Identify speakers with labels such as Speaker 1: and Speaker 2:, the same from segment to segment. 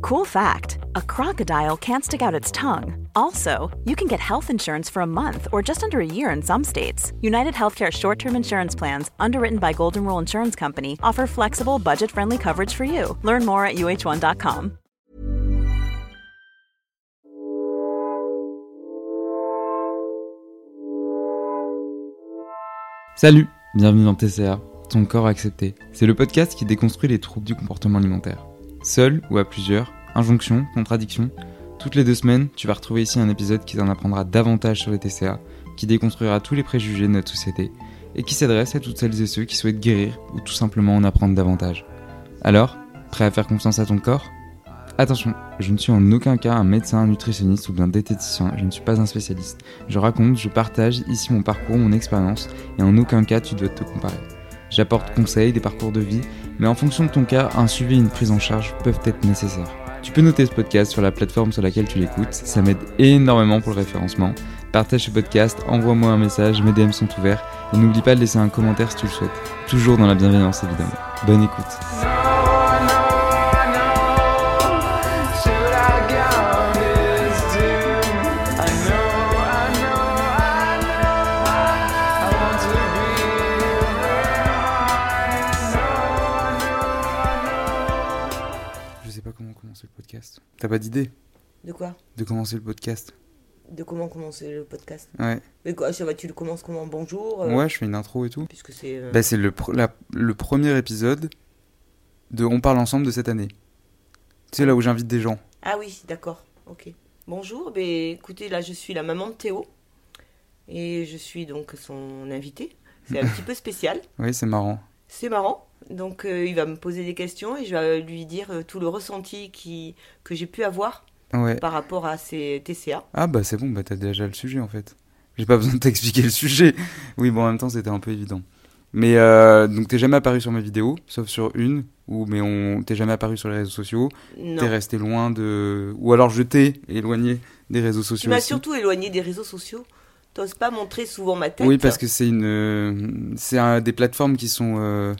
Speaker 1: Cool fact a crocodile can't stick out its tongue. Also, you can get health insurance for a month or just under a year in some states. United Healthcare short term insurance plans, underwritten by Golden Rule Insurance Company, offer flexible, budget friendly coverage for you. Learn more at uh1.com.
Speaker 2: Salut, bienvenue dans TCA, ton corps accepté. C'est le podcast qui déconstruit les troubles du comportement alimentaire. Seul ou à plusieurs, injonctions, contradictions, toutes les deux semaines, tu vas retrouver ici un épisode qui t'en apprendra davantage sur les TCA, qui déconstruira tous les préjugés de notre société et qui s'adresse à toutes celles et ceux qui souhaitent guérir ou tout simplement en apprendre davantage. Alors, prêt à faire confiance à ton corps Attention, je ne suis en aucun cas un médecin, un nutritionniste ou bien diététicien, je ne suis pas un spécialiste. Je raconte, je partage ici mon parcours, mon expérience, et en aucun cas tu dois te comparer. J'apporte conseils, des parcours de vie, mais en fonction de ton cas, un suivi et une prise en charge peuvent être nécessaires. Tu peux noter ce podcast sur la plateforme sur laquelle tu l'écoutes, ça m'aide énormément pour le référencement. Partage ce podcast, envoie-moi un message, mes DM sont ouverts, et n'oublie pas de laisser un commentaire si tu le souhaites. Toujours dans la bienveillance évidemment. Bonne écoute. Je sais pas comment commencer le podcast. T'as pas d'idée
Speaker 3: De quoi
Speaker 2: de commencer le podcast
Speaker 3: De comment commencer le podcast
Speaker 2: Ouais.
Speaker 3: Mais quoi, ça va, tu le commences comment Bonjour euh,
Speaker 2: Ouais, je fais une intro et tout.
Speaker 3: Puisque c'est. euh,
Speaker 2: Bah, c'est le, pr- la- le premier épisode de On parle ensemble de cette année. Tu sais, là où j'invite des gens.
Speaker 3: Ah oui, d'accord, ok. Bonjour, ben écoutez, là je suis la maman de Théo. Et je suis donc son invité. C'est un petit peu spécial.
Speaker 2: Oui, c'est marrant.
Speaker 3: C'est marrant. Donc euh, il va me poser des questions et je vais lui dire euh, tout le ressenti qui, que j'ai pu avoir
Speaker 2: Ouais.
Speaker 3: par rapport à ces TCA.
Speaker 2: Ah, bah, c'est bon, bah, t'as déjà le sujet en fait. J'ai pas besoin de t'expliquer le sujet. Oui, bon, en même temps, c'était un peu évident. Mais euh, donc, t'es jamais apparu sur mes vidéos, sauf sur une, où mais on t'es jamais apparu sur les réseaux sociaux. T'es
Speaker 3: Non.
Speaker 2: resté loin de. Ou alors, je t'ai éloigné des réseaux
Speaker 3: Tu
Speaker 2: sociaux.
Speaker 3: m'as
Speaker 2: aussi.
Speaker 3: surtout éloigné des réseaux sociaux. T'oses pas montrer souvent ma tête.
Speaker 2: Oui, parce que c'est une, euh, c'est un- des plateformes qui sont euh,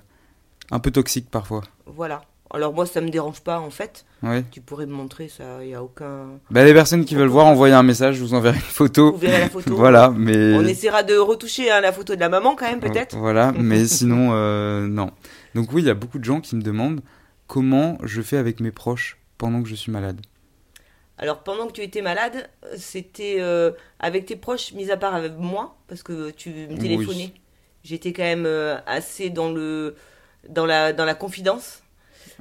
Speaker 2: un peu toxiques parfois.
Speaker 3: Voilà. Alors moi ça me dérange pas en fait.
Speaker 2: Ouais.
Speaker 3: Tu pourrais me montrer ça, il n'y a aucun.
Speaker 2: Bah, les personnes qui veulent voir, envoyez un message, je vous enverrai une photo.
Speaker 3: Vous verrez la photo.
Speaker 2: Voilà, mais.
Speaker 3: On essaiera de retoucher hein, la photo de la maman quand même
Speaker 2: Mm.
Speaker 3: peut-être.
Speaker 2: Voilà, mais sinon, euh, non. Donc, oui, il y a beaucoup de gens qui me demandent comment je fais avec mes proches pendant que je suis malade.
Speaker 3: Alors pendant que tu étais malade, euh, c'était euh, avec tes proches, mis à part avec moi, parce que tu me
Speaker 2: Oui.
Speaker 3: téléphonais. J'étais quand même euh, assez dans le dans la dans la confidence,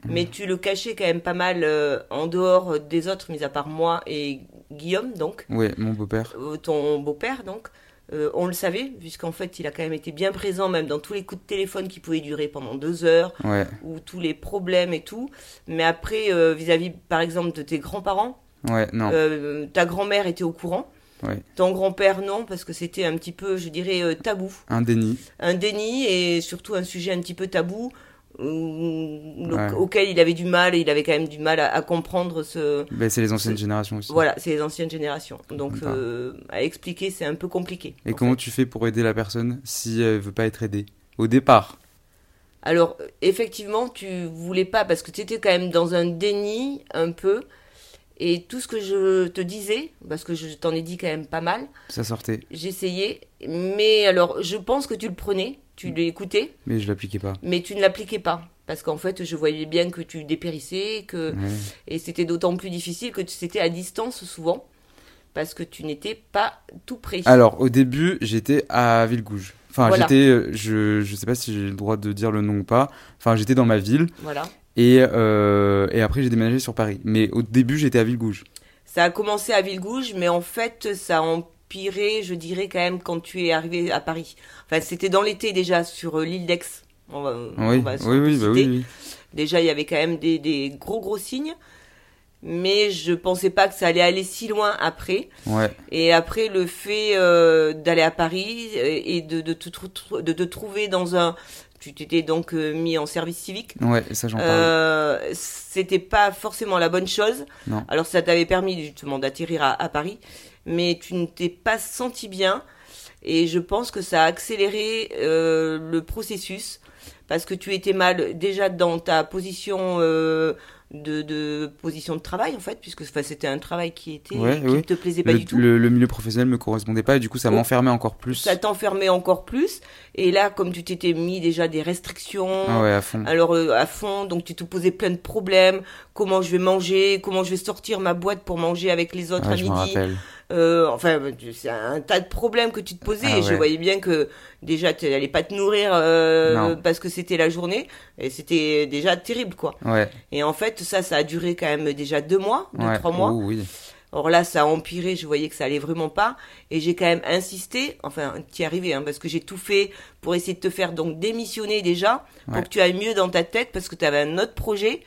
Speaker 3: mais tu le cachais quand même pas mal euh, en dehors des autres, mis à part moi et Guillaume donc
Speaker 2: Ouais, mon beau-père.
Speaker 3: euh, ton beau-père donc. Euh, on le savait, puisqu'en fait il a quand même été bien présent, même dans tous les coups de téléphone qui pouvaient durer pendant deux heures,
Speaker 2: Ouais,
Speaker 3: ou tous les problèmes et tout. Mais après, euh, vis-à-vis, par exemple, de tes grands-parents,
Speaker 2: ouais, non.
Speaker 3: euh, ta grand-mère était au courant.
Speaker 2: Ouais.
Speaker 3: Ton grand-père, non, parce que c'était un petit peu, je dirais, euh, tabou.
Speaker 2: Un déni.
Speaker 3: Un déni et surtout un sujet un petit peu tabou euh, le-
Speaker 2: Ouais.
Speaker 3: auquel il avait du mal et il avait quand même du mal à, à comprendre ce...
Speaker 2: Bah, c'est les anciennes
Speaker 3: C'est-
Speaker 2: générations aussi.
Speaker 3: Voilà, c'est les anciennes générations. Donc,
Speaker 2: D'accord.
Speaker 3: euh, à expliquer, c'est un peu compliqué.
Speaker 2: Et
Speaker 3: en
Speaker 2: comment tu fais pour aider la personne si elle veut pas être aidée Au départ.
Speaker 3: Alors, euh, effectivement, tu voulais pas, parce que tu étais quand même dans un déni, un peu. Et tout ce que je te disais, parce que je t'en ai dit quand même pas mal,
Speaker 2: Ça sortait,
Speaker 3: j'essayais. Mais alors, je pense que tu le prenais, tu l'écoutais,
Speaker 2: mais je l'appliquais pas.
Speaker 3: mais tu ne l'appliquais pas. Parce qu'en fait, je voyais bien que tu dépérissais, que...
Speaker 2: Ouais.
Speaker 3: et c'était d'autant plus difficile que tu- c'était à distance souvent, parce que tu n'étais pas tout près.
Speaker 2: Alors, au début, j'étais à Villegouge. Enfin,
Speaker 3: Voilà.
Speaker 2: j'étais, euh, je, je sais pas si j'ai le droit de dire le nom ou pas. Enfin, j'étais dans ma ville
Speaker 3: Voilà.
Speaker 2: Et, euh, et après, j'ai déménagé sur Paris. Mais au début, j'étais à Villegouge.
Speaker 3: Ça a commencé à Villegouge, mais en fait, ça a empiré, je dirais, quand même, quand tu es arrivé à Paris. Enfin, c'était dans l'été déjà, sur euh, l'île d'Aix. On va, on
Speaker 2: oui,
Speaker 3: va se
Speaker 2: oui, oui,
Speaker 3: citer.
Speaker 2: bah oui, oui.
Speaker 3: Déjà, il y avait quand même des, des gros, gros signes. Mais je pensais pas que ça allait aller si loin après.
Speaker 2: Ouais.
Speaker 3: Et après, le fait euh, d'aller à Paris et et de, de, te trou- trou- de te trouver dans un... Tu t'étais donc euh, mis en service civique.
Speaker 2: Ouais, ça, j'en parle.
Speaker 3: Euh, c'était pas forcément la bonne chose.
Speaker 2: Non.
Speaker 3: Alors ça t'avait permis justement d'atterrir à, à Paris, mais tu ne t'es pas senti bien. Et je pense que ça a accéléré euh, le processus parce que tu étais mal déjà dans ta position euh, de, de position de travail en fait, puisque enfin, c'était un travail qui était
Speaker 2: Ouais,
Speaker 3: qui
Speaker 2: oui.
Speaker 3: ne te plaisait pas
Speaker 2: Le,
Speaker 3: bah, du tout.
Speaker 2: le- le milieu professionnel me correspondait pas et du coup, ça
Speaker 3: Oh.
Speaker 2: m'enfermait encore plus.
Speaker 3: Ça t'enfermait encore plus. Et là, comme tu t'étais mis déjà des restrictions,
Speaker 2: Ah ouais, à fond.
Speaker 3: alors euh, à fond, donc tu te posais plein de problèmes, comment je vais manger, comment je vais sortir ma boîte pour manger avec les autres
Speaker 2: Ouais,
Speaker 3: à
Speaker 2: je m'en
Speaker 3: midi.
Speaker 2: rappelle.
Speaker 3: Euh, enfin, ben, tu- c'est un tas de problèmes que tu te posais
Speaker 2: Ah
Speaker 3: et je
Speaker 2: ouais.
Speaker 3: voyais bien que déjà tu n'allais pas te nourrir euh,
Speaker 2: Non.
Speaker 3: parce que c'était la journée et c'était déjà terrible quoi.
Speaker 2: Ouais.
Speaker 3: Et en fait ça, ça a duré quand même déjà deux mois, deux,
Speaker 2: ouais.
Speaker 3: trois mois.
Speaker 2: Oh, oui.
Speaker 3: Or là, ça a empiré, je voyais que ça allait vraiment pas, et j'ai quand même insisté, enfin, t'y arrivais, hein, parce que j'ai tout fait pour essayer de te faire donc démissionner déjà,
Speaker 2: Ouais.
Speaker 3: pour que tu ailles mieux dans ta tête, parce que tu avais un autre projet.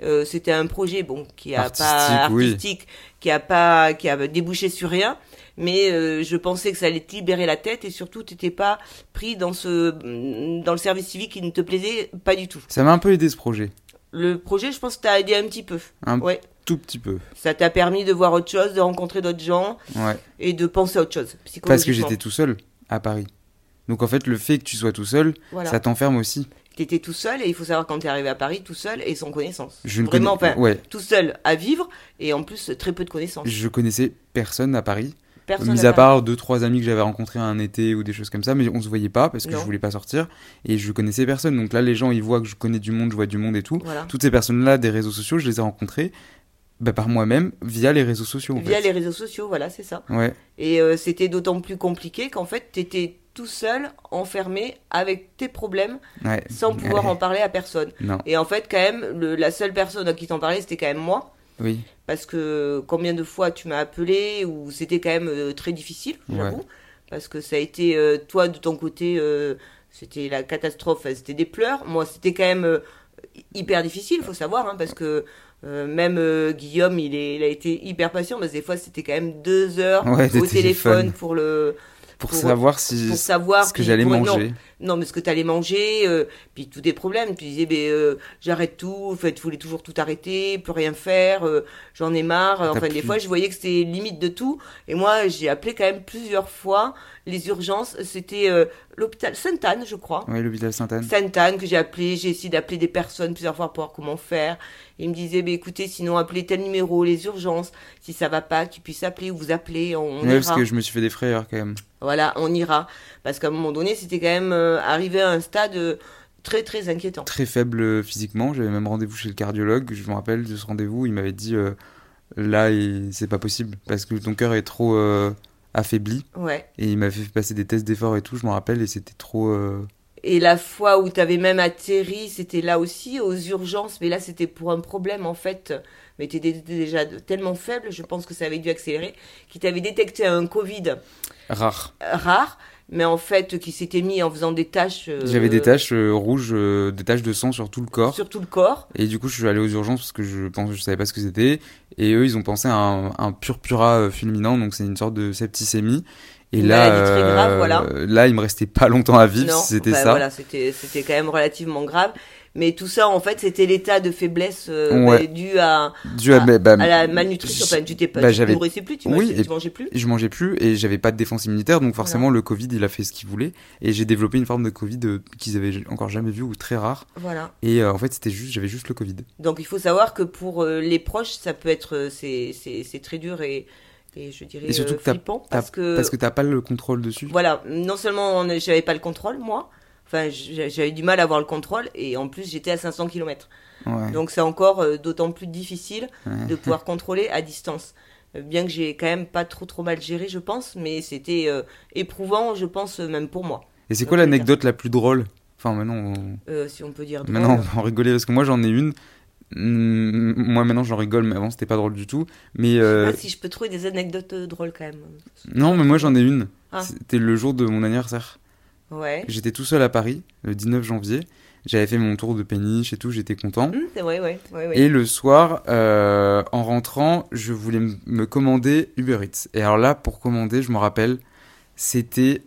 Speaker 3: Euh, C'était un projet, bon, qui a pas
Speaker 2: Artistique, oui.
Speaker 3: artistique, qui a pas, qui a débouché sur rien, mais euh, je pensais que ça allait te libérer la tête, et surtout, t'étais pas pris dans ce, mm, dans le service civique qui ne te plaisait pas du tout.
Speaker 2: Ça m'a un peu aidé ce projet.
Speaker 3: Le projet, je pense que t'as aidé un petit peu.
Speaker 2: Un
Speaker 3: Ouais.
Speaker 2: tout petit peu.
Speaker 3: Ça t'a permis de voir autre chose, de rencontrer d'autres gens
Speaker 2: Ouais.
Speaker 3: et de penser à autre chose. psychologiquement.
Speaker 2: Parce que j'étais tout seul à Paris. Donc en fait, le fait que tu sois tout seul,
Speaker 3: Voilà.
Speaker 2: ça t'enferme aussi.
Speaker 3: T'étais tout seul et il faut savoir quand t'es arrivé à Paris, tout seul et sans connaissance.
Speaker 2: Je ne
Speaker 3: Vraiment,
Speaker 2: connais-
Speaker 3: enfin,
Speaker 2: ouais.
Speaker 3: tout seul à vivre et en plus très peu de connaissances.
Speaker 2: Je connaissais personne à Paris,
Speaker 3: Personne
Speaker 2: mis
Speaker 3: n'a
Speaker 2: à part deux trois amis que j'avais rencontrés un été ou des choses comme ça, mais on se voyait pas parce que
Speaker 3: Non.
Speaker 2: je voulais pas sortir et je connaissais personne. Donc là, les gens ils voient que je connais du monde, je vois du monde et tout.
Speaker 3: Voilà.
Speaker 2: Toutes ces personnes-là des réseaux sociaux, je les ai rencontrées bah, par moi-même via les réseaux sociaux. En
Speaker 3: Via
Speaker 2: fait.
Speaker 3: les réseaux sociaux, voilà, c'est ça.
Speaker 2: Ouais,
Speaker 3: Et euh, c'était d'autant plus compliqué qu'en fait, t'étais tout seul, enfermé, avec tes problèmes,
Speaker 2: ouais.
Speaker 3: sans pouvoir en parler à personne.
Speaker 2: Non,
Speaker 3: Et en fait, quand même, le- la seule personne à qui t'en parlais, c'était quand même moi.
Speaker 2: oui,
Speaker 3: parce que combien de fois tu m'as appelé ou c'était quand même euh, très difficile, j'avoue,
Speaker 2: Ouais.
Speaker 3: parce que ça a été euh, toi de ton côté, euh, c'était la catastrophe, enfin, c'était des pleurs. Moi, c'était quand même euh, hyper difficile, faut savoir, hein, parce que euh, même euh, Guillaume, il, est, il a été hyper patient, parce que des fois c'était quand même deux heures
Speaker 2: Ouais, de
Speaker 3: au téléphone
Speaker 2: téléphone.
Speaker 3: pour le
Speaker 2: pour,
Speaker 3: Pour-
Speaker 2: savoir si
Speaker 3: pour savoir
Speaker 2: ce que
Speaker 3: puis
Speaker 2: j'allais
Speaker 3: pour- non,
Speaker 2: manger.
Speaker 3: non, mais ce que t'allais manger, euh, puis tous tes problèmes. Tu disais, ben, euh, j'arrête tout. En fait, tu voulais toujours tout arrêter, plus rien faire. euh, J'en ai marre. Enfin, des
Speaker 2: Ah, plus-
Speaker 3: fois, je voyais que c'était limite de tout. Et moi, j'ai appelé quand même plusieurs fois les urgences. C'était euh, l'hôpital Sainte-Anne, je crois.
Speaker 2: Ouais, l'hôpital Sainte-Anne.
Speaker 3: Sainte-Anne que j'ai appelé, j'ai essayé d'appeler des personnes plusieurs fois pour voir comment faire. Ils me disaient, ben écoutez, sinon appelez tel numéro, les urgences, si ça va pas, qu'ils puissent appeler ou vous appeler, on, on
Speaker 2: Ouais,
Speaker 3: ira.
Speaker 2: parce que je me suis fait des frayeurs quand même.
Speaker 3: Voilà, on ira. Parce qu'à un moment donné, c'était quand même euh, arrivé à un stade euh, très très inquiétant.
Speaker 2: très faible euh, physiquement. J'avais même rendez-vous chez le cardiologue. Je me rappelle de ce rendez-vous. Il m'avait dit euh, là, il- c'est pas possible parce que ton cœur est trop euh, affaibli.
Speaker 3: Ouais.
Speaker 2: Et il m'avait fait passer des tests d'effort et tout. Je me rappelle et c'était trop. euh,
Speaker 3: Et la fois où t'avais même atterri, c'était là aussi aux urgences, mais là c'était pour un problème en fait. Mais t'étais déjà tellement faible, je pense que ça avait dû accélérer, qu'ils t'avaient détecté un Covid
Speaker 2: Rare.
Speaker 3: euh, rare, mais en fait qui s'était mis en faisant des tâches.
Speaker 2: J'avais des hein. taches euh, rouges, euh, des taches de sang sur tout le corps.
Speaker 3: sur tout le corps.
Speaker 2: Et du coup, je suis allé aux urgences parce que je pense je savais pas ce que c'était. Et eux, ils ont pensé à un, un purpura euh, fulminant, donc c'est une sorte de septicémie. Et
Speaker 3: Une
Speaker 2: là, euh,
Speaker 3: maladie très grave, voilà.
Speaker 2: là, il me restait pas longtemps à vivre
Speaker 3: Non,
Speaker 2: si c'était
Speaker 3: enfin,
Speaker 2: ça.
Speaker 3: Voilà, c'était c'était quand même relativement grave. Mais tout ça, en fait, c'était l'état de faiblesse euh,
Speaker 2: Ouais.
Speaker 3: bah, dû à,
Speaker 2: Dû à,
Speaker 3: Ah, à-
Speaker 2: bah, bah,
Speaker 3: à la malnutrition.
Speaker 2: je-
Speaker 3: Enfin, tu t'es pas,
Speaker 2: bah,
Speaker 3: tu te
Speaker 2: j'avais-
Speaker 3: nourrissais plus, tu,
Speaker 2: Oui,
Speaker 3: mangeais,
Speaker 2: et-
Speaker 3: tu mangeais plus.
Speaker 2: je mangeais plus et j'avais pas de défense immunitaire, donc forcément le Covid il a fait ce qu'il voulait et j'ai développé une forme de Covid euh, qu'ils avaient encore jamais vue ou très rare
Speaker 3: Voilà.
Speaker 2: et euh, en fait c'était juste j'avais juste le Covid.
Speaker 3: Donc, il faut savoir que pour euh, les proches, ça peut être euh, c'est c'est c'est très dur et et je dirais
Speaker 2: Et surtout
Speaker 3: euh,
Speaker 2: que t'as-
Speaker 3: flippant
Speaker 2: T'as-
Speaker 3: parce que
Speaker 2: parce que t'as pas le contrôle dessus.
Speaker 3: voilà, non seulement on- j'avais pas le contrôle moi. Enfin, j'a- j'avais du mal à avoir le contrôle et en plus j'étais à 500 km.
Speaker 2: Ouais.
Speaker 3: Donc c'est encore euh, d'autant plus difficile
Speaker 2: Ouais.
Speaker 3: de pouvoir contrôler à distance. Euh, Bien que j'ai quand même pas trop trop mal géré, je pense, mais c'était euh, éprouvant, je pense, euh, même pour moi.
Speaker 2: Et c'est
Speaker 3: dans
Speaker 2: quoi
Speaker 3: tous les
Speaker 2: l'anecdote la plus drôle Enfin, maintenant, on...
Speaker 3: euh, si on peut dire. drôle.
Speaker 2: maintenant, on va en rigoler parce que moi, j'en ai une. Mm, Moi, maintenant, j'en rigole, mais avant, c'était pas drôle du tout. Mais euh,
Speaker 3: Ah, si je peux trouver des anecdotes euh, drôles quand même.
Speaker 2: non, mais moi, j'en ai une.
Speaker 3: Ah.
Speaker 2: C'était le jour de mon anniversaire.
Speaker 3: Ouais.
Speaker 2: J'étais tout seul à Paris, le 19 janvier. J'avais fait mon tour de péniche et tout, j'étais content.
Speaker 3: Hum, c'est vrai, ouais, ouais, ouais.
Speaker 2: Et le soir, euh, en rentrant, je voulais m- me commander Uber Eats. Et alors là, pour commander, je me rappelle, c'était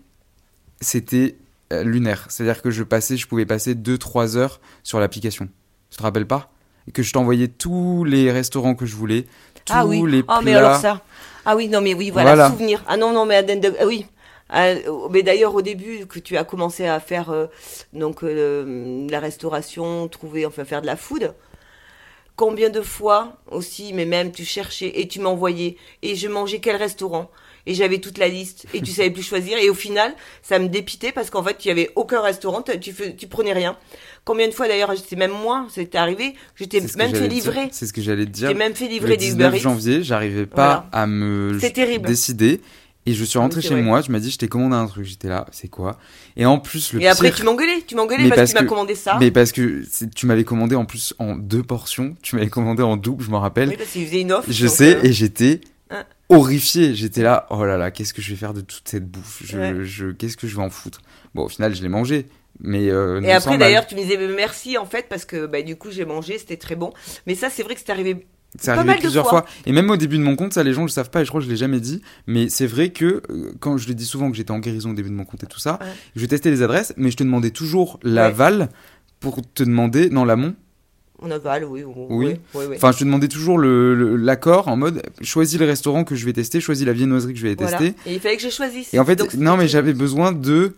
Speaker 2: c'était euh, lunaire. C'est-à-dire que je passais, je pouvais passer 2-3 heures sur l'application. Tu te rappelles pas Que je t'envoyais tous les restaurants que je voulais, tous
Speaker 3: ah oui.
Speaker 2: les plats.
Speaker 3: Ah mais alors ça. Ah oui, non mais oui, voilà,
Speaker 2: Voilà.
Speaker 3: souvenir. Ah non non mais Aden de- ah oui. Ah, euh, mais d'ailleurs au début que tu as commencé à faire euh, donc euh, la restauration, trouver enfin faire de la food. Combien de fois aussi, mais même tu cherchais et tu m'envoyais et je mangeais quel restaurant et j'avais toute la liste et tu savais plus choisir et au final ça me dépitait parce qu'en fait il y avait aucun restaurant, tu, tu fais- tu prenais rien. Combien de fois d'ailleurs, c'est même moi, c'était arrivé, j'étais
Speaker 2: C'est ce que
Speaker 3: même fait
Speaker 2: j'allais dire-
Speaker 3: livrer.
Speaker 2: C'est ce que j'allais te dire.
Speaker 3: J'ai même fait
Speaker 2: le
Speaker 3: livrer des Uber
Speaker 2: 19
Speaker 3: Eats.
Speaker 2: janvier, j'arrivais pas à me
Speaker 3: C'est terrible. Ah,
Speaker 2: décider. Et je suis rentré
Speaker 3: c'est
Speaker 2: chez
Speaker 3: vrai.
Speaker 2: moi, je m'as dit, je t'ai commandé un truc. J'étais là, c'est quoi Et en plus, le
Speaker 3: et après,
Speaker 2: pire-
Speaker 3: tu m'engueulais, tu m'engueulais
Speaker 2: Mais parce
Speaker 3: parce, que tu
Speaker 2: que-
Speaker 3: m'as commandé ça.
Speaker 2: Mais parce que c'est- tu m'avais commandé en plus en deux portions, tu m'avais commandé en double, je m'en rappelle.
Speaker 3: Oui, parce qu'il faisait une offre.
Speaker 2: je
Speaker 3: donc,
Speaker 2: sais,
Speaker 3: euh,
Speaker 2: et j'étais
Speaker 3: Hein.
Speaker 2: horrifié. J'étais là, oh là là, qu'est-ce que je vais faire de toute cette bouffe je,
Speaker 3: Ouais.
Speaker 2: je, Qu'est-ce que je vais en foutre Bon, au final, je l'ai mangé. Mais euh, non
Speaker 3: Et
Speaker 2: sans
Speaker 3: après,
Speaker 2: mal.
Speaker 3: d'ailleurs, tu me disais mais merci en fait parce que bah, du coup, j'ai mangé, c'était très bon. Mais ça, c'est vrai que c'est arrivé.
Speaker 2: c'est
Speaker 3: pas
Speaker 2: arrivé
Speaker 3: mal de
Speaker 2: plusieurs fois.
Speaker 3: fois.
Speaker 2: Et même au début de mon compte, ça, les gens le savent pas, et je crois que je l'ai jamais dit. Mais c'est vrai que euh, quand je le dis souvent que j'étais en guérison au début de mon compte et tout ça,
Speaker 3: Ouais.
Speaker 2: je testais les adresses, mais je te demandais toujours l'aval pour te demander, non, l'amont.
Speaker 3: On avale, oui, oui,
Speaker 2: Oui.
Speaker 3: oui. oui, oui.
Speaker 2: Enfin, je te demandais toujours le- le- l'accord en mode choisis le restaurant que je vais tester, choisis la viennoiserie que je vais
Speaker 3: Voilà.
Speaker 2: tester.
Speaker 3: Et il fallait que je choisisse.
Speaker 2: Et en fait,
Speaker 3: Donc,
Speaker 2: non, mais
Speaker 3: c'était-
Speaker 2: j'avais besoin de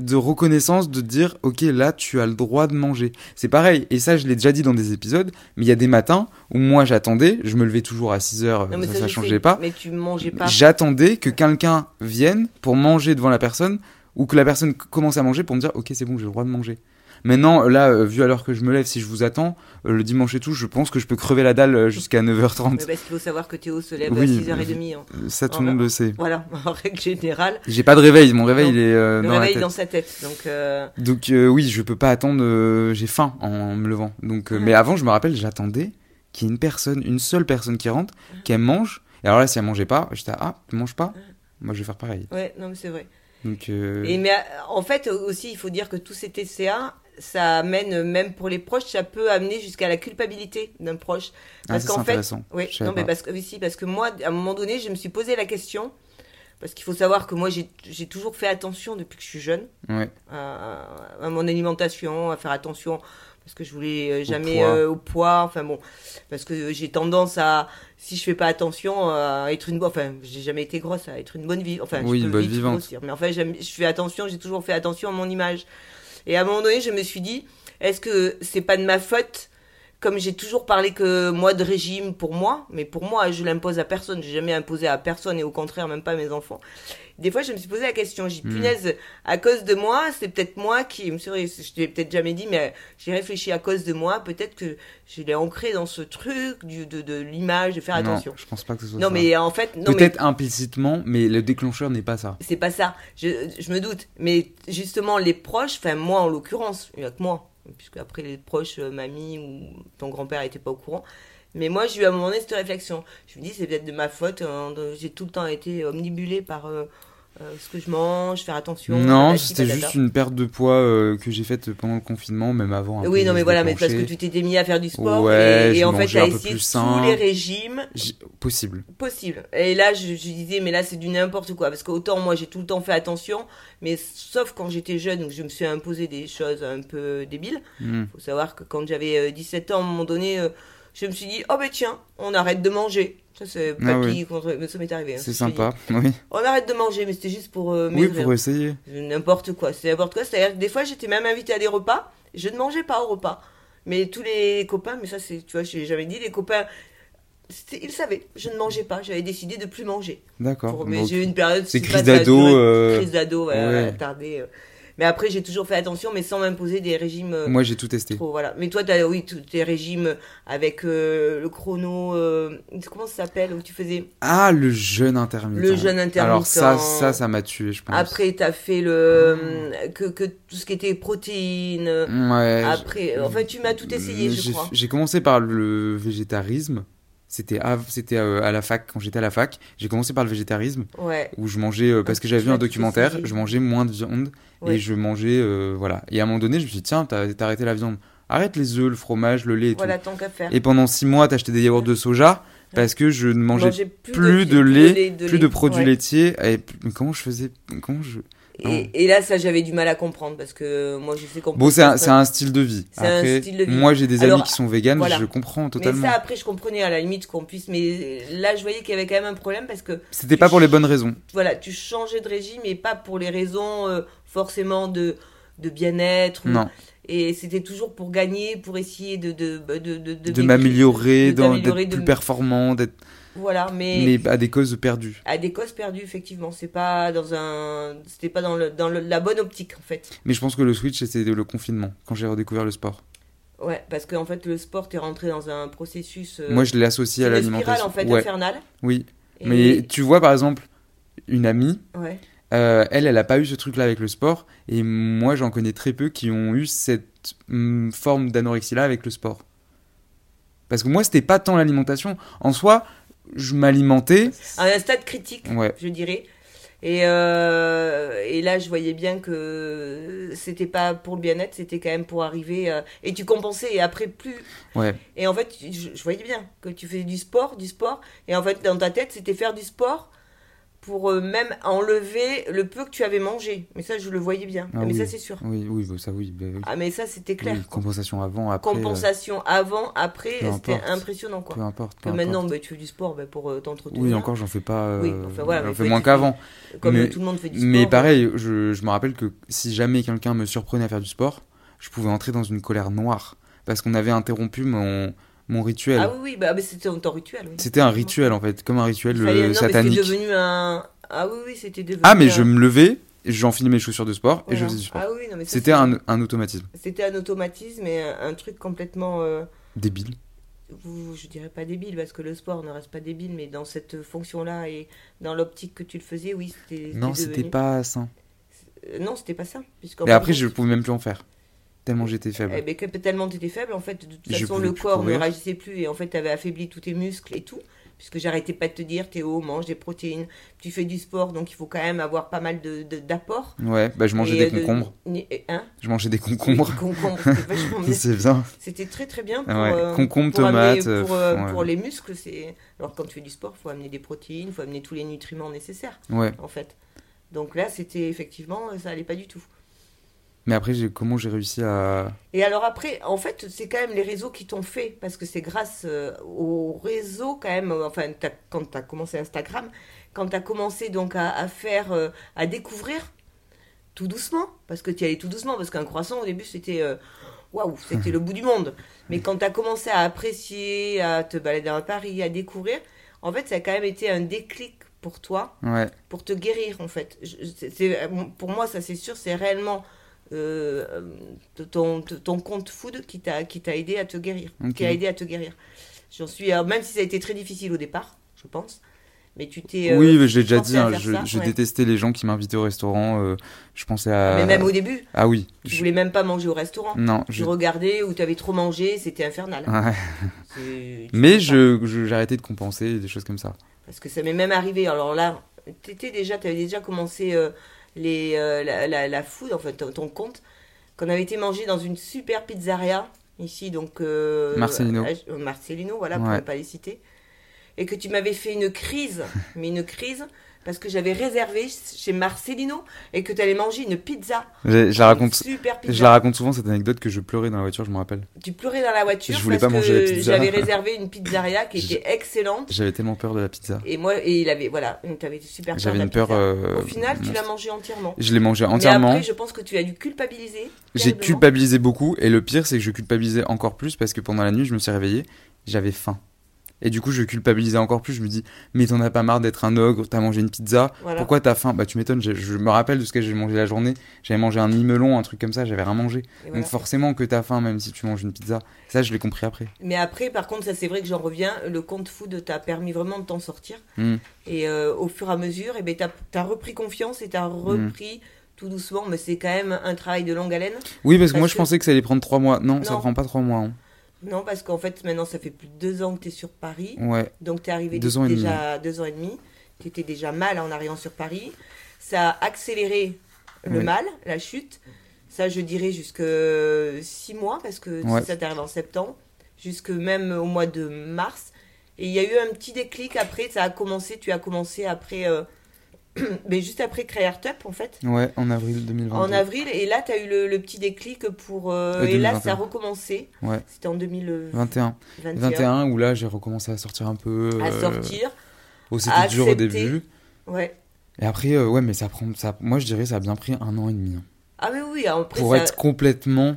Speaker 2: de reconnaissance, de dire ok là tu as le droit de manger. C'est pareil, et ça je l'ai déjà dit dans des épisodes, mais il y a des matins où moi j'attendais, je me levais toujours à 6h,
Speaker 3: Non, mais
Speaker 2: ça, ça
Speaker 3: je
Speaker 2: changeait
Speaker 3: sais.
Speaker 2: pas,
Speaker 3: Mais tu mangeais pas.
Speaker 2: j'attendais que quelqu'un vienne pour manger devant la personne ou que la personne c- commence à manger pour me dire ok c'est bon j'ai le droit de manger maintenant là euh, vu à l'heure que je me lève si je vous attends euh, le dimanche et tout je pense que je peux crever la dalle euh, jusqu'à 9h30
Speaker 3: Mais parce qu'il faut savoir que Théo se lève
Speaker 2: Oui.
Speaker 3: à 6h30. hein.
Speaker 2: ça tout le
Speaker 3: Voilà.
Speaker 2: monde le sait
Speaker 3: Voilà, en règle générale.
Speaker 2: j'ai pas de réveil mon réveil
Speaker 3: Non.
Speaker 2: il est euh,
Speaker 3: Le
Speaker 2: dans la
Speaker 3: réveil
Speaker 2: tête
Speaker 3: dans sa tête. Donc, euh,
Speaker 2: donc euh, oui je peux pas attendre euh, j'ai faim en me levant donc euh,
Speaker 3: Ah.
Speaker 2: mais avant je me rappelle j'attendais qu'il y ait une personne une seule personne qui rentre qu'elle mange et alors là si elle mangeait pas j'étais là, ah tu manges pas moi je vais faire pareil
Speaker 3: ouais, non, mais c'est vrai.
Speaker 2: donc euh,
Speaker 3: Et mais euh, en fait aussi, il faut dire que tous ces TCA, ça amène euh, même pour les proches, ça peut amener jusqu'à la culpabilité d'un proche.
Speaker 2: ah, ça, c'est intéressant
Speaker 3: oui,
Speaker 2: Je savais
Speaker 3: non mais
Speaker 2: pas.
Speaker 3: parce que oui, si, parce que moi, à un moment donné, je me suis posé la question parce qu'il faut savoir que moi, j'ai j'ai toujours fait attention depuis que je suis jeune
Speaker 2: Ouais.
Speaker 3: à, à mon alimentation, à faire attention parce que je voulais euh, jamais
Speaker 2: poids.
Speaker 3: euh, au poids. Enfin bon, parce que j'ai tendance à, si je fais pas attention, à être une bonne. Enfin, j'ai jamais été grosse, à être une bonne vie. Enfin,
Speaker 2: Oui,
Speaker 3: je
Speaker 2: une
Speaker 3: peux
Speaker 2: bonne
Speaker 3: vite
Speaker 2: vivante.
Speaker 3: grossir. Mais en fait, j'aime- je fais attention. J'ai toujours fait attention à mon image. Et à un moment donné, je me suis dit, est-ce que c'est pas de ma faute? Comme j'ai toujours parlé que moi de régime pour moi, mais pour moi je l'impose à personne, j'ai jamais imposé à personne et au contraire même pas à mes enfants. Des fois je me suis posé la question, j'ai dit
Speaker 2: Hmm.
Speaker 3: punaise, à cause de moi, c'est peut-être moi qui, je me suis- je te l'ai peut-être jamais dit, mais j'ai réfléchi à cause de moi, peut-être que je l'ai ancré dans ce truc du, de, de l'image, de faire attention.
Speaker 2: Non, je pense pas que ce soit
Speaker 3: Non,
Speaker 2: ça.
Speaker 3: mais en fait, non, mais
Speaker 2: Peut-être implicitement, mais le déclencheur n'est pas ça.
Speaker 3: c'est pas ça. Je, je me doute. Mais justement, les proches, enfin moi en l'occurrence, il n'y a que moi, puisque après les proches, euh, mamie ou ton grand-père n'étaient pas au courant. Mais moi, j'ai eu à un moment donné cette réflexion. Je me dis, c'est peut-être de ma faute. hein, de- j'ai tout le temps été omnibulée par euh, euh, ce que je mange, faire attention.
Speaker 2: non,
Speaker 3: patati,
Speaker 2: c'était
Speaker 3: patata.
Speaker 2: juste une perte de poids euh, que j'ai faite pendant le confinement, même avant. un
Speaker 3: Oui,
Speaker 2: peu,
Speaker 3: non, mais
Speaker 2: j'ai
Speaker 3: voilà, mais parce que
Speaker 2: déclenché.
Speaker 3: tu t'étais mis à faire du sport
Speaker 2: Ouais,
Speaker 3: et, et
Speaker 2: j'ai
Speaker 3: en fait,
Speaker 2: mangé
Speaker 3: t'as
Speaker 2: un peu
Speaker 3: essayé
Speaker 2: plus
Speaker 3: tous
Speaker 2: sain.
Speaker 3: les régimes
Speaker 2: J'ai- Possible.
Speaker 3: possible. Et là, je, je disais, mais là, c'est du n'importe quoi. Parce qu'autant, moi, j'ai tout le temps fait attention, mais sauf quand j'étais jeune, où je me suis imposé des choses un peu débiles.
Speaker 2: Hmm.
Speaker 3: faut savoir que quand j'avais euh, 17 ans, à un moment donné, euh, je me suis dit, oh ben tiens, on arrête de manger. Ça, c'est
Speaker 2: Ah
Speaker 3: pas
Speaker 2: oui.
Speaker 3: qui contre... mais ça m'est arrivé. hein,
Speaker 2: C'est
Speaker 3: je te dis.
Speaker 2: sympa, oui.
Speaker 3: On arrête de manger, mais c'était juste pour euh,
Speaker 2: Oui,
Speaker 3: maigrir.
Speaker 2: pour essayer.
Speaker 3: N'importe quoi, c'est n'importe quoi. C'est-à-dire que des fois, j'étais même invitée à des repas, je ne mangeais pas au repas. Mais tous les copains, mais ça, c'est, tu vois, je l'ai jamais dit, les copains, c'était- ils savaient, je ne mangeais pas, j'avais décidé de plus manger.
Speaker 2: D'accord.
Speaker 3: Pour- mais
Speaker 2: Bon,
Speaker 3: j'ai eu une période.
Speaker 2: Ah, C'est
Speaker 3: je sais
Speaker 2: crise
Speaker 3: pas, ça a
Speaker 2: d'ado,
Speaker 3: duré-
Speaker 2: euh,
Speaker 3: Crise d'ado, voilà,
Speaker 2: ouais.
Speaker 3: attardée, euh. Mais après, j'ai toujours fait attention, mais sans m'imposer des régimes. euh,
Speaker 2: Moi, j'ai tout testé.
Speaker 3: trop, voilà. Mais toi, t'as, oui, tous tes régimes avec euh, le chrono. euh, comment ça s'appelle Où tu faisais.
Speaker 2: Ah, le jeûne intermittent.
Speaker 3: Le jeûne
Speaker 2: Alors ça,
Speaker 3: intermittent.
Speaker 2: ça, ça m'a tué, je pense.
Speaker 3: Après, t'as fait le.
Speaker 2: Ah.
Speaker 3: euh, Que, que tout ce qui était protéines.
Speaker 2: Ouais. je-
Speaker 3: Après, en fait, tu m'as tout essayé, je
Speaker 2: J'ai-
Speaker 3: crois.
Speaker 2: J'ai commencé par le végétarisme. C'était à, c'était euh, à la fac, quand j'étais à la fac. J'ai commencé par le végétarisme,
Speaker 3: Ouais.
Speaker 2: où je mangeais, euh, parce que j'avais vu un
Speaker 3: tu l'as
Speaker 2: documentaire,
Speaker 3: essayé.
Speaker 2: je mangeais moins de viande,
Speaker 3: Ouais.
Speaker 2: et je mangeais, euh, voilà. Et à un moment donné, je me suis dit, tiens, t'as t'as arrêté la viande. Arrête les œufs, le fromage, le lait et
Speaker 3: Voilà,
Speaker 2: tout.
Speaker 3: tant qu'à faire.
Speaker 2: Et pendant six mois, t'achetais des yaourts de soja, parce que je ne mangeais
Speaker 3: Manger
Speaker 2: plus de lait, plus de
Speaker 3: lait.
Speaker 2: produits
Speaker 3: Ouais.
Speaker 2: laitiers. Et p- mais comment je faisais comment je... Non.
Speaker 3: Et, et là, ça, j'avais du mal à comprendre parce que moi, je sais comprendre.
Speaker 2: Bon, c'est un, c'est un style de vie.
Speaker 3: C'est un
Speaker 2: Après,
Speaker 3: style de vie.
Speaker 2: moi, j'ai des amis
Speaker 3: Alors,
Speaker 2: qui sont véganes,
Speaker 3: voilà.
Speaker 2: je comprends
Speaker 3: Mais
Speaker 2: totalement.
Speaker 3: ça, après, je comprenais à la limite qu'on puisse. Mais là, je voyais qu'il y avait quand même un problème parce que
Speaker 2: C'était pas pour les bonnes raisons.
Speaker 3: voilà, tu changeais de régime et pas pour les raisons euh, forcément de, de bien-être. ou-
Speaker 2: Non,
Speaker 3: Et c'était toujours pour gagner, pour essayer de de de de, de
Speaker 2: de
Speaker 3: maigrir,
Speaker 2: m'améliorer,
Speaker 3: de
Speaker 2: d'en-
Speaker 3: t'améliorer,
Speaker 2: d'être
Speaker 3: de-
Speaker 2: plus performant, d'être
Speaker 3: Voilà, mais,
Speaker 2: mais à des causes perdues.
Speaker 3: à des causes perdues effectivement. C'est pas dans un, c'était pas dans le dans le- la bonne optique en fait.
Speaker 2: Mais je pense que le switch c'était le confinement quand j'ai redécouvert le sport.
Speaker 3: Ouais, parce qu'en fait, le sport est rentré dans un processus. euh,
Speaker 2: moi, je l'ai associé
Speaker 3: c'est
Speaker 2: à
Speaker 3: une spirale
Speaker 2: l'alimentation.
Speaker 3: en fait
Speaker 2: Ouais,
Speaker 3: infernale.
Speaker 2: oui.
Speaker 3: Et-
Speaker 2: Mais tu vois par exemple une amie,
Speaker 3: ouais.
Speaker 2: euh, elle, elle a pas eu ce truc-là avec le sport, et moi, j'en connais très peu qui ont eu cette hum, forme d'anorexie-là avec le sport. Parce que moi, c'était pas tant l'alimentation. En soi, je m'alimentais.
Speaker 3: à un stade critique,
Speaker 2: Ouais.
Speaker 3: je dirais. Et, euh, et là, je voyais bien que c'était pas pour le bien-être, c'était quand même pour arriver. euh, et tu compensais, et après, plus.
Speaker 2: Ouais.
Speaker 3: Et en fait, je, je voyais bien que tu faisais du sport, du sport. Et en fait, dans ta tête, c'était faire du sport pour euh, même enlever le peu que tu avais mangé. Mais ça, je le voyais bien.
Speaker 2: Ah
Speaker 3: mais
Speaker 2: oui.
Speaker 3: ça, c'est sûr.
Speaker 2: Oui, oui, bah, ça, oui. bah, oui.
Speaker 3: Ah, mais ça, c'était clair.
Speaker 2: Oui, compensation avant, après. euh,
Speaker 3: Compensation avant, après,
Speaker 2: peu
Speaker 3: c'était
Speaker 2: importe.
Speaker 3: impressionnant, quoi.
Speaker 2: peu importe. peu
Speaker 3: Que maintenant,
Speaker 2: importe.
Speaker 3: bah, tu fais du sport bah, pour euh, t'entretenir.
Speaker 2: Oui, encore, j'en fais pas. euh,
Speaker 3: Oui, enfin, voilà,
Speaker 2: j'en
Speaker 3: mais
Speaker 2: fais
Speaker 3: faut
Speaker 2: moins
Speaker 3: être-
Speaker 2: qu'avant.
Speaker 3: Comme
Speaker 2: mais-
Speaker 3: tout le monde fait du sport.
Speaker 2: Mais pareil, je, je me rappelle que si jamais quelqu'un me surprenait à faire du sport, je pouvais entrer dans une colère noire. Parce qu'on avait interrompu mon, mon rituel.
Speaker 3: Ah oui, oui, bah, mais c'était en temps rituel. oui.
Speaker 2: C'était un rituel en fait, comme un
Speaker 3: Il
Speaker 2: rituel
Speaker 3: fallait-
Speaker 2: euh,
Speaker 3: non, mais
Speaker 2: satanique.
Speaker 3: C'était devenu un. Ah oui, oui, c'était devenu.
Speaker 2: Ah, mais
Speaker 3: un-
Speaker 2: je me levais, j'enfilais mes chaussures de sport et je
Speaker 3: voilà.
Speaker 2: faisais du sport.
Speaker 3: Ah oui, non, mais ça,
Speaker 2: C'était
Speaker 3: c'est-
Speaker 2: un, un automatisme.
Speaker 3: C'était un automatisme et un, un truc complètement. euh,
Speaker 2: Débile.
Speaker 3: vous- je dirais pas débile, parce que le sport ne reste pas débile, mais dans cette fonction-là et dans l'optique que tu le faisais, oui, c'était.
Speaker 2: Non, c'était
Speaker 3: devenu-
Speaker 2: pas sain.
Speaker 3: Euh, Non, c'était pas ça. puisqu'en
Speaker 2: Mais
Speaker 3: fin
Speaker 2: après,
Speaker 3: de
Speaker 2: je
Speaker 3: compte,
Speaker 2: pouvais même plus en faire. Tellement j'étais
Speaker 3: eh
Speaker 2: faible.
Speaker 3: ben, que- tellement t'étais faible, en fait, de toute
Speaker 2: Je
Speaker 3: façon,
Speaker 2: pouvais
Speaker 3: le
Speaker 2: plus
Speaker 3: corps ne
Speaker 2: courir.
Speaker 3: réagissait plus et en fait, t'avais affaibli tous tes muscles et tout. Puisque j'arrêtais pas de te dire, Théo, mange des protéines, tu fais du sport, donc il faut quand même avoir pas mal de- de- d'apports.
Speaker 2: Ouais, bah je mangeais
Speaker 3: ben, Et,
Speaker 2: des
Speaker 3: euh, de-
Speaker 2: concombres.
Speaker 3: ni- et- hein
Speaker 2: Je mangeais des concombres.
Speaker 3: Des concombres, c'était vachement bien.
Speaker 2: C'est bien.
Speaker 3: C'était très très bien pour,
Speaker 2: Ah ouais,
Speaker 3: euh,
Speaker 2: concombre,
Speaker 3: pour amener-
Speaker 2: tomates, euh,
Speaker 3: pour, euh,
Speaker 2: ouais.
Speaker 3: pour les muscles. C'est alors quand tu fais du sport, faut amener des protéines, faut amener tous les nutriments nécessaires
Speaker 2: Ouais.
Speaker 3: en fait. Donc là, c'était effectivement, euh, ça allait pas du tout.
Speaker 2: Mais après, j'ai- comment j'ai réussi à.
Speaker 3: Et alors après, en fait, c'est quand même les réseaux qui t'ont fait, parce que c'est grâce euh, aux réseaux quand même, euh, enfin, t'as- quand tu as commencé Instagram, quand tu as commencé donc à, à faire, euh, à découvrir tout doucement, parce que tu y allais tout doucement, parce qu'un croissant au début c'était, euh, waouh, c'était le bout du monde. Mais quand tu as commencé à apprécier, à te balader à Paris, à découvrir, en fait, ça a quand même été un déclic pour toi
Speaker 2: Ouais.
Speaker 3: pour te guérir en fait. Je- je- c'est- c'est- pour moi, ça c'est sûr, c'est réellement euh, euh, ton, ton compte food qui t'a qui t'a aidé à te guérir,
Speaker 2: Ok.
Speaker 3: qui a aidé à te guérir. J'en suis, alors, même si ça a été très difficile au départ, je pense, mais tu t'es. euh,
Speaker 2: oui, mais je l'ai déjà
Speaker 3: forcé
Speaker 2: dit.
Speaker 3: à
Speaker 2: hein,
Speaker 3: faire
Speaker 2: je
Speaker 3: ça,
Speaker 2: je
Speaker 3: ouais.
Speaker 2: détestais les gens qui m'invitaient au restaurant. euh, je pensais à.
Speaker 3: Mais même au début,
Speaker 2: Ah oui.
Speaker 3: tu
Speaker 2: je-
Speaker 3: voulais même pas manger au restaurant.
Speaker 2: Non,
Speaker 3: Tu
Speaker 2: je. Ah.
Speaker 3: regardais ou tu avais trop mangé, c'était infernal.
Speaker 2: Ouais.
Speaker 3: C'est- tu
Speaker 2: Mais
Speaker 3: peux pas.
Speaker 2: je- je- j'arrêtais de compenser des choses comme ça.
Speaker 3: Parce que ça m'est même arrivé. Alors là, t'étais déjà, t'avais déjà commencé euh, les, euh, la, la, la food, en fait, ton, ton compte, qu'on avait été mangé dans une super pizzeria, ici, donc... euh,
Speaker 2: Marcelino.
Speaker 3: à- euh, Marcelino, voilà, pour
Speaker 2: Ouais.
Speaker 3: ne pas les citer. Et que tu m'avais fait une crise, mais une crise, parce que j'avais réservé chez Marcelino, et que tu allais manger une pizza.
Speaker 2: Je, je la raconte.
Speaker 3: Une super pizza.
Speaker 2: Je la raconte souvent cette anecdote que je pleurais dans la voiture, je me rappelle.
Speaker 3: Tu pleurais dans la voiture
Speaker 2: Je voulais
Speaker 3: parce
Speaker 2: pas manger la
Speaker 3: que
Speaker 2: pizza.
Speaker 3: j'avais réservé une pizzeria qui
Speaker 2: J'ai-
Speaker 3: était excellente.
Speaker 2: J'avais tellement peur de la pizza.
Speaker 3: Et moi, et il avait, voilà, t'avais super peur
Speaker 2: J'avais
Speaker 3: de la
Speaker 2: une peur.
Speaker 3: pizza.
Speaker 2: euh,
Speaker 3: Au final, tu
Speaker 2: monstre.
Speaker 3: l'as mangé entièrement.
Speaker 2: Je l'ai mangée
Speaker 3: Mais
Speaker 2: entièrement.
Speaker 3: après, je pense que tu as dû culpabiliser.
Speaker 2: J'ai
Speaker 3: terriblement.
Speaker 2: culpabilisé beaucoup et le pire, c'est que je culpabilisais encore plus parce que pendant la nuit, je me suis réveillé, j'avais faim. Et du coup, je culpabilisais encore plus. Je me dis, mais t'en as pas marre d'être un ogre, t'as mangé une pizza,
Speaker 3: Voilà.
Speaker 2: pourquoi t'as faim Bah, tu m'étonnes, je, je me rappelle de ce que j'ai mangé la journée. J'avais mangé un mi-melon, un truc comme ça, j'avais rien mangé.
Speaker 3: Et voilà.
Speaker 2: Donc, forcément que t'as faim, même si tu manges une pizza. Ça, je l'ai compris après.
Speaker 3: Mais après, par contre, ça c'est vrai que j'en reviens, le compte food t'a permis vraiment de t'en sortir.
Speaker 2: Mm.
Speaker 3: Et euh, au fur et à mesure, eh ben, t'as as repris confiance et t'as
Speaker 2: Mm.
Speaker 3: repris tout doucement. Mais c'est quand même un travail de longue haleine.
Speaker 2: Oui, parce que
Speaker 3: Parce
Speaker 2: moi, je
Speaker 3: que-
Speaker 2: pensais que ça allait prendre trois mois. Non, ça
Speaker 3: Non.
Speaker 2: prend pas trois mois. hein.
Speaker 3: Non, parce qu'en fait, maintenant, ça fait plus de deux ans que t'es sur Paris.
Speaker 2: Ouais.
Speaker 3: Donc t'es arrivé
Speaker 2: Deux ans et
Speaker 3: déjà deux ans et demi. T'étais déjà mal en arrivant sur Paris. Ça a accéléré le
Speaker 2: Oui.
Speaker 3: mal, la chute. Ça, je dirais jusque six mois, parce que
Speaker 2: Ouais.
Speaker 3: si ça t'arrive en septembre, jusque même au mois de mars. Et il y a eu un petit déclic après, ça a commencé, tu as commencé après, euh, mais juste après Créart Up en fait,
Speaker 2: Ouais, en avril 2020.
Speaker 3: en avril. Et là, tu as eu le, le petit déclic pour. euh,
Speaker 2: Euh,
Speaker 3: et là,
Speaker 2: 2021.
Speaker 3: ça a recommencé.
Speaker 2: Ouais.
Speaker 3: C'était en 2021.
Speaker 2: 21. 21, où là, j'ai recommencé à sortir un peu.
Speaker 3: À
Speaker 2: euh,
Speaker 3: sortir.
Speaker 2: Oh, c'était dur au
Speaker 3: accepter.
Speaker 2: début.
Speaker 3: Ouais.
Speaker 2: Et après, euh, ouais, mais ça prend. Ça, moi, je dirais, ça a bien pris un an et demi. hein.
Speaker 3: Ah mais oui, après
Speaker 2: Pour
Speaker 3: ça-
Speaker 2: être complètement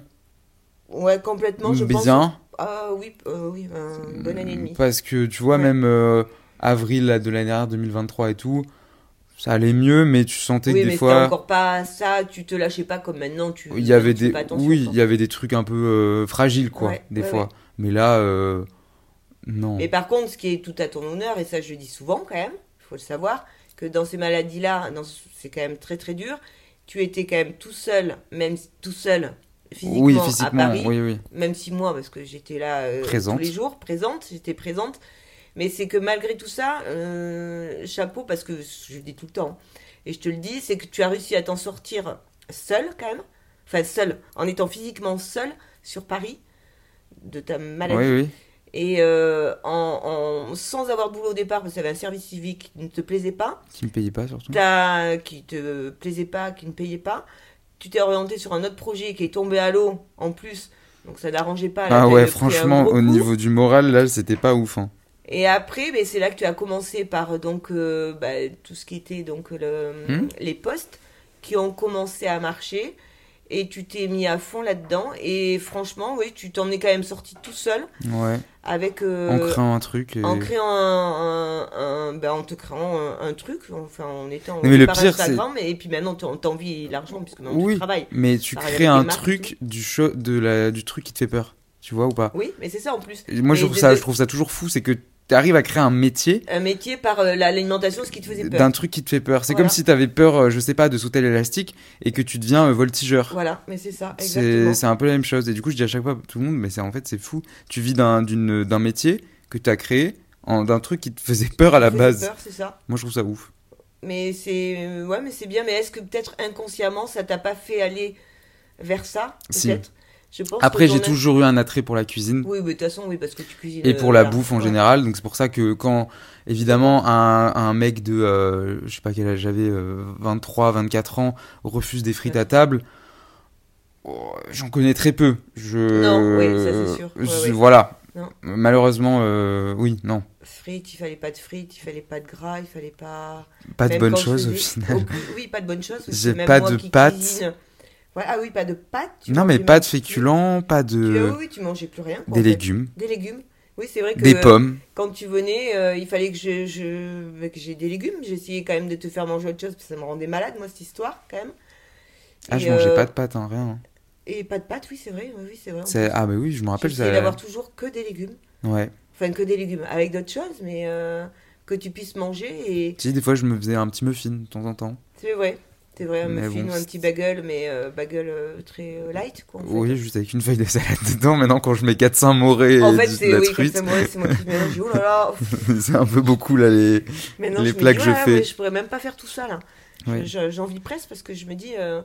Speaker 3: ouais, complètement, je pense.
Speaker 2: bien.
Speaker 3: Ah oui, euh, oui, un bonne année et demie.
Speaker 2: Parce que tu vois,
Speaker 3: Ouais.
Speaker 2: même euh, avril là, de l'année dernière, 2023 et tout, ça allait mieux, mais tu sentais que
Speaker 3: Oui, mais
Speaker 2: des
Speaker 3: c'était
Speaker 2: fois.
Speaker 3: encore pas ça, tu te lâchais pas comme maintenant, tu
Speaker 2: Il y avait
Speaker 3: tu fais
Speaker 2: des,
Speaker 3: pas attention,
Speaker 2: oui,
Speaker 3: quoi.
Speaker 2: il y avait des trucs un peu euh, fragiles, quoi,
Speaker 3: Ouais,
Speaker 2: des
Speaker 3: ouais,
Speaker 2: fois.
Speaker 3: ouais.
Speaker 2: Mais là, euh, non.
Speaker 3: Mais par contre, ce qui est tout à ton honneur, et ça je le dis souvent quand même, il faut le savoir, que dans ces maladies-là, dans ce- c'est quand même très très dur, tu étais quand même tout seul, même si- tout seul, physiquement,
Speaker 2: oui,
Speaker 3: à
Speaker 2: physiquement,
Speaker 3: Paris,
Speaker 2: oui, oui.
Speaker 3: même si moi, parce que j'étais là euh,
Speaker 2: Présente.
Speaker 3: tous les jours, présente, j'étais présente. Mais c'est que malgré tout ça, euh, chapeau, parce que je le dis tout le temps, hein. et je te le dis, c'est que tu as réussi à t'en sortir seul quand même, enfin seul, en étant physiquement seul sur Paris, de ta maladie,
Speaker 2: Oui, oui.
Speaker 3: et euh, en, en- sans avoir de boulot au départ, parce que tu avais un service civique qui ne te plaisait pas,
Speaker 2: Qui me payait pas, surtout.
Speaker 3: t'as- qui te plaisait pas, qui ne payait pas, tu t'es orienté sur un autre projet qui est tombé à l'eau en plus, donc ça n'arrangeait pas. Là,
Speaker 2: Ah
Speaker 3: t'as
Speaker 2: ouais,
Speaker 3: eu- pris un
Speaker 2: franchement,
Speaker 3: gros
Speaker 2: au
Speaker 3: coup.
Speaker 2: niveau du moral, là, c'était pas ouf. hein.
Speaker 3: Et après, ben, c'est là que tu as commencé par euh, donc euh, bah, tout ce qui était donc le-
Speaker 2: Hmm.
Speaker 3: les postes qui ont commencé à marcher et tu t'es mis à fond là-dedans et franchement, oui, tu t'en es quand même sorti tout seul
Speaker 2: Ouais.
Speaker 3: avec euh,
Speaker 2: en créant un truc. et-
Speaker 3: en créant un, un- un- ben, en te créant un, un truc, enfin en étant
Speaker 2: mais le
Speaker 3: par
Speaker 2: pire, c'est-
Speaker 3: Instagram et puis maintenant t'en- t'envies l'argent puisque maintenant
Speaker 2: Oui.
Speaker 3: tu travailles.
Speaker 2: Mais tu
Speaker 3: Par
Speaker 2: crées
Speaker 3: exemple,
Speaker 2: un
Speaker 3: les marques,
Speaker 2: truc du, cho- de la... du truc qui te fait peur. Tu vois ou pas
Speaker 3: Oui, mais c'est ça en plus.
Speaker 2: Et Moi, je
Speaker 3: Mais
Speaker 2: trouve,
Speaker 3: de-
Speaker 2: ça,
Speaker 3: de-
Speaker 2: je trouve ça toujours fou, c'est que tu arrives à créer un métier
Speaker 3: Un métier par euh, l'alimentation, ce qui te faisait peur.
Speaker 2: d'un truc qui te fait peur. C'est
Speaker 3: Voilà.
Speaker 2: comme si tu avais peur, euh, je sais pas, de sauter l'élastique et que tu deviens euh, voltigeur.
Speaker 3: Voilà, mais c'est ça,
Speaker 2: c'est
Speaker 3: exactement.
Speaker 2: c'est un peu la même chose. Et du coup, je dis à chaque fois à tout le monde, mais c'est en fait, c'est fou. Tu vis d'un d'une- d'un métier que tu as créé, en- d'un truc qui te faisait peur à la
Speaker 3: Ça fait
Speaker 2: base.
Speaker 3: peur, c'est ça.
Speaker 2: Moi, je trouve ça ouf.
Speaker 3: Mais c'est euh, ouais, mais c'est bien. Mais est-ce que peut-être inconsciemment, ça t'a pas fait aller vers ça
Speaker 2: Si.
Speaker 3: Peut-être. Je pense. que
Speaker 2: Après,
Speaker 3: t'en
Speaker 2: j'ai
Speaker 3: as-
Speaker 2: toujours eu un attrait pour la cuisine.
Speaker 3: Oui, mais de toute façon, oui, parce que tu cuisines.
Speaker 2: Et
Speaker 3: euh,
Speaker 2: pour la
Speaker 3: voilà.
Speaker 2: bouffe en
Speaker 3: Ouais.
Speaker 2: général, donc c'est pour ça que quand, évidemment, un, un mec de, euh, je sais pas quel âge j'avais, euh, 23, 24 ans, refuse des frites
Speaker 3: Ouais.
Speaker 2: à table, oh, j'en connais très peu. Je, euh,
Speaker 3: Non, oui, ça, c'est sûr. Ouais,
Speaker 2: je-
Speaker 3: ouais.
Speaker 2: Voilà.
Speaker 3: Non.
Speaker 2: Malheureusement, euh, oui, non.
Speaker 3: Frites, il fallait pas de frites, il fallait pas de gras, il fallait pas.
Speaker 2: Pas de
Speaker 3: Même
Speaker 2: bonnes
Speaker 3: quand je
Speaker 2: choses au
Speaker 3: faisais-
Speaker 2: final.
Speaker 3: Aucune- Oui, pas de bonnes choses. parce
Speaker 2: J'ai
Speaker 3: que même
Speaker 2: pas
Speaker 3: moi
Speaker 2: de
Speaker 3: qui
Speaker 2: pâtes.
Speaker 3: cuisine- Ouais, ah oui, pas de pâtes. tu
Speaker 2: Non, mais
Speaker 3: mangeais
Speaker 2: pas
Speaker 3: même
Speaker 2: de
Speaker 3: plus.
Speaker 2: féculents, pas
Speaker 3: Tu- ah
Speaker 2: de.
Speaker 3: oui, oui, tu mangeais plus rien. quoi,
Speaker 2: des
Speaker 3: en fait.
Speaker 2: légumes,
Speaker 3: Des légumes. Oui, c'est vrai que euh,
Speaker 2: des pommes.
Speaker 3: quand tu venais, euh, il fallait que je, je- que j'ai des légumes. J'essayais quand même de te faire manger autre chose parce que ça me rendait malade, moi, cette histoire, quand même.
Speaker 2: Ah,
Speaker 3: Et,
Speaker 2: je mangeais
Speaker 3: euh,
Speaker 2: pas de pâtes, hein, rien.
Speaker 3: Et pas de pâtes, oui, c'est vrai. Oui, oui, c'est vrai.
Speaker 2: C'est- Ah, bah oui, je me rappelle.
Speaker 3: J'essayais
Speaker 2: Ça...
Speaker 3: d'avoir toujours que des légumes.
Speaker 2: Ouais.
Speaker 3: Enfin, que des légumes, avec d'autres choses, mais euh, que tu puisses manger. Et
Speaker 2: Si, des fois, je me faisais un petit muffin de temps en temps.
Speaker 3: c'est vrai. C'est vrai, un
Speaker 2: Mais
Speaker 3: muffin
Speaker 2: bon,
Speaker 3: ou un
Speaker 2: c'est-
Speaker 3: petit bagel, mais euh, bagel euh, très euh, light, quoi. en fait.
Speaker 2: Oui, juste avec une feuille de salade dedans. Maintenant, quand je mets 400 morets et
Speaker 3: En fait,
Speaker 2: du- de
Speaker 3: c'est
Speaker 2: la
Speaker 3: oui, comme
Speaker 2: truite,
Speaker 3: ça, moi, c'est moi qui mélange. Oh là là,
Speaker 2: c'est un peu beaucoup là. Les...
Speaker 3: maintenant
Speaker 2: Les
Speaker 3: je
Speaker 2: plats
Speaker 3: me
Speaker 2: que
Speaker 3: dis,
Speaker 2: je
Speaker 3: ouais,
Speaker 2: fais.
Speaker 3: mais je pourrais même pas faire tout ça là. Je-
Speaker 2: Ouais.
Speaker 3: je- J'en vis presque parce que je me dis, euh,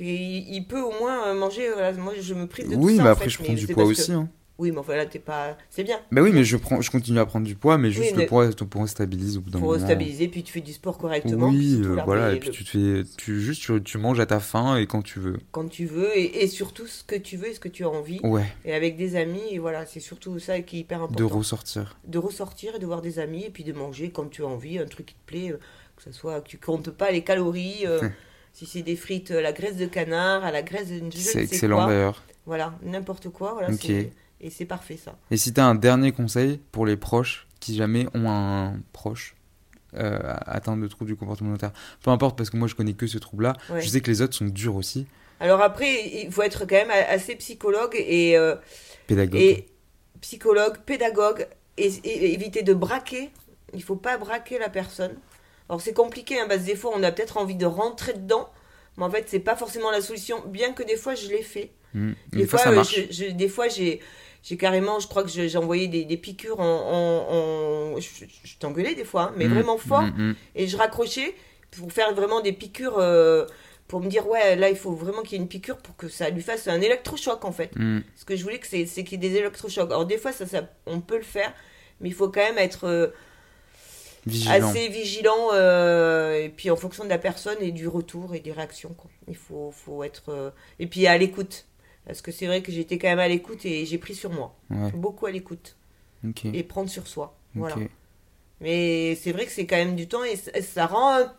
Speaker 3: il, il peut au moins euh, manger. voilà, moi, je me prive de tout
Speaker 2: Oui,
Speaker 3: ça.
Speaker 2: mais
Speaker 3: en
Speaker 2: après,
Speaker 3: fait,
Speaker 2: je prends
Speaker 3: mais
Speaker 2: du
Speaker 3: c'est
Speaker 2: poids
Speaker 3: parce que-
Speaker 2: aussi. Hein.
Speaker 3: Oui, mais enfin là, t'es pas. C'est bien
Speaker 2: Bah oui, mais je, prends... je continue à prendre du poids, mais juste
Speaker 3: mais-
Speaker 2: le poids, ton poids se stabilise au bout d'un
Speaker 3: pour
Speaker 2: moment.
Speaker 3: stabiliser, puis tu fais du sport correctement. puis
Speaker 2: Oui,
Speaker 3: c'est tout,
Speaker 2: euh,
Speaker 3: là,
Speaker 2: voilà,
Speaker 3: mais
Speaker 2: et puis
Speaker 3: le-
Speaker 2: tu te fais, tu juste tu, tu manges à ta faim et quand tu veux.
Speaker 3: quand tu veux et, et surtout ce que tu veux et ce que tu as envie
Speaker 2: Ouais,
Speaker 3: et avec des amis et voilà c'est surtout ça qui est hyper important
Speaker 2: Oh. de ressortir.
Speaker 3: de ressortir et de voir des amis et puis de manger quand tu as envie, un truc qui te plaît, euh, que ce soit que tu comptes pas les calories, euh, si c'est des frites, euh, la graisse de canard, à la graisse de je ne
Speaker 2: C'est
Speaker 3: sais
Speaker 2: excellent
Speaker 3: quoi.
Speaker 2: d'ailleurs.
Speaker 3: Voilà, n'importe quoi. Voilà,
Speaker 2: Ok.
Speaker 3: c'est- Et c'est parfait ça.
Speaker 2: Et si t'as un dernier conseil pour les proches qui jamais ont un proche euh, atteint de trouble du comportement alimentaire Peu importe, parce que moi je connais que ce trouble-là.
Speaker 3: Ouais.
Speaker 2: Je sais que les autres sont durs aussi,
Speaker 3: Alors après, il faut être quand même assez psychologue et, euh,
Speaker 2: pédagogues.
Speaker 3: et psychologue, pédagogue, et, et éviter de braquer. Il faut pas braquer la personne. Alors c'est compliqué hein, parce que des fois on a peut-être envie de rentrer dedans, mais en fait c'est pas forcément la solution. Bien que des fois je l'ai fait.
Speaker 2: Mm.
Speaker 3: Des, fois, euh, je- je- des fois, j'ai, j'ai carrément, je crois que je- j'ai envoyé des, des piqûres en, en- en- je, je t'engueulais des fois, hein, mais
Speaker 2: Mm,
Speaker 3: vraiment fort,
Speaker 2: mm, mm.
Speaker 3: et je raccrochais pour faire vraiment des piqûres, euh, pour me dire ouais, là il faut vraiment qu'il y ait une piqûre pour que ça lui fasse un électrochoc en fait.
Speaker 2: Mm.
Speaker 3: Ce que je voulais que c'est, c'est qu'il y ait des électrochocs. Alors des fois, ça, ça, on peut le faire, mais il faut quand même être euh,
Speaker 2: Vigilant.
Speaker 3: assez vigilant, euh, et puis en fonction de la personne et du retour et des réactions. quoi. Il faut, faut être. euh, et puis à l'écoute. Parce que c'est vrai que j'étais quand même à l'écoute et j'ai pris sur moi.
Speaker 2: Ouais.
Speaker 3: Beaucoup à l'écoute.
Speaker 2: Ok.
Speaker 3: Et prendre sur soi. Voilà.
Speaker 2: Ok.
Speaker 3: Mais c'est vrai que c'est quand même du temps et ça, ça rend. un-